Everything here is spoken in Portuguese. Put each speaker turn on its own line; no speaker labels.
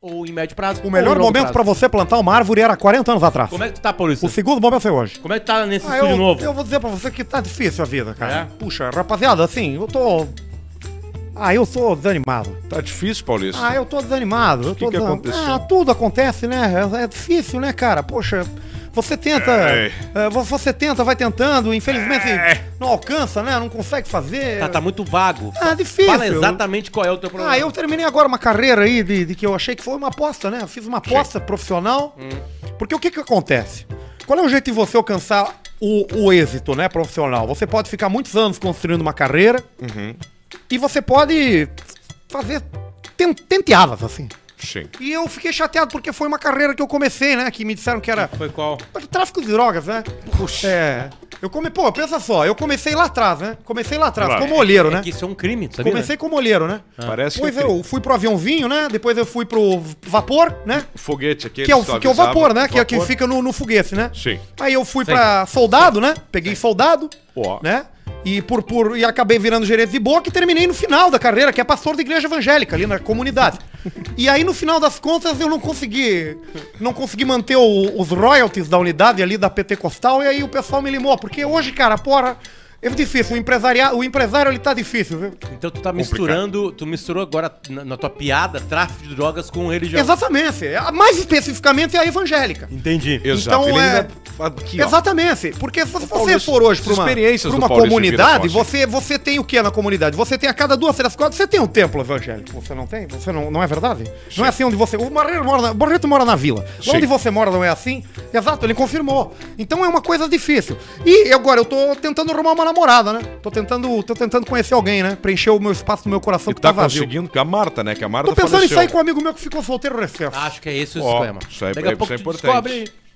ou em médio prazo.
O melhor momento pra você plantar uma árvore era 40 anos atrás.
Como é que tu tá, Paulista?
O segundo momento foi hoje.
Como é que tá nesse
Ah,
estúdio
eu,
novo?
eu vou dizer pra você que tá difícil a vida, cara.
É?
Puxa, rapaziada, assim, eu tô. Ah, eu sou desanimado.
Tá difícil, Paulista.
Ah, eu tô desanimado. O
que que aconteceu?
Ah, tudo acontece, né? É é difícil, né, cara? Poxa, você tenta,
É.
é, vo- você tenta, vai tentando, infelizmente não alcança, né? Não consegue fazer.
É. Tá, tá muito vago.
Ah, difícil.
Fala exatamente qual é o teu problema.
Ah, eu terminei agora uma carreira aí de, de que eu achei que foi uma aposta, né? Eu fiz uma aposta profissional. Porque o que que acontece? Qual é o jeito de você alcançar o, o êxito, né, profissional? Você pode ficar muitos anos construindo uma carreira e você pode fazer ten- tenteadas, assim.
Sim.
E eu fiquei chateado porque foi uma carreira que eu comecei, né? Que me disseram que era
Foi qual?
tráfico de drogas, né?
Puxa.
É. Eu come... Pô, pensa só, eu comecei lá atrás, né? Comecei lá atrás,
Claro.
como olheiro, né?
É que isso é um crime, sabia?
Comecei como olheiro, né?
Parece
Depois
que
eu fui pro aviãozinho, né? Depois eu fui pro vapor, né?
Foguete aqui.
Que é o, que é o vapor, né? Que é que fica no, no foguete, né?
Sim.
Aí eu fui
Sei.
pra soldado, né? Peguei soldado,
Ó.
né? E, por, por, e acabei virando gerente de boca e terminei no final da carreira, que é pastor da igreja evangélica ali na comunidade. E aí, no final das contas, eu não consegui não consegui manter o- os royalties da unidade ali da PT Costal, e aí o pessoal me limou. Porque hoje, cara, porra, é difícil. O, empresaria, o empresário, ele tá difícil, viu?
Então tu tá misturando, tu misturou agora na, na tua piada tráfico de drogas com religião.
Exatamente. A- Mais especificamente é a evangélica.
Entendi.
Exato.
Então,
Ele
é-
ainda aqui, ó.
Exatamente. Porque se você
Paulista,
for hoje pra
as
uma,
experiências
pra
do
uma
Paulista
comunidade,
Vira Forte.
você, você tem o que na comunidade? Você tem a cada duas, três, quatro, você tem um templo evangélico. Você não tem? Você não, não é verdade? Não é assim onde você. O Barreto mora na, Barreto mora na vila. Lá
Sim.
onde você mora não é assim? Exato, ele confirmou. Então é uma coisa difícil. E agora eu tô tentando arrumar uma namorada, né? Tô tentando, tô tentando conhecer alguém, né? Preencher o meu espaço no meu coração
E
que
tá
tá vazio.
conseguindo com a Marta, né? Que a Marta
Tô pensando em
faleceu.
sair com um amigo meu que ficou solteiro recente.
Acho que é esse o
Ó,
esquema.
isso aí-
Daqui a
isso
pouco
é
tu
importante.
descobre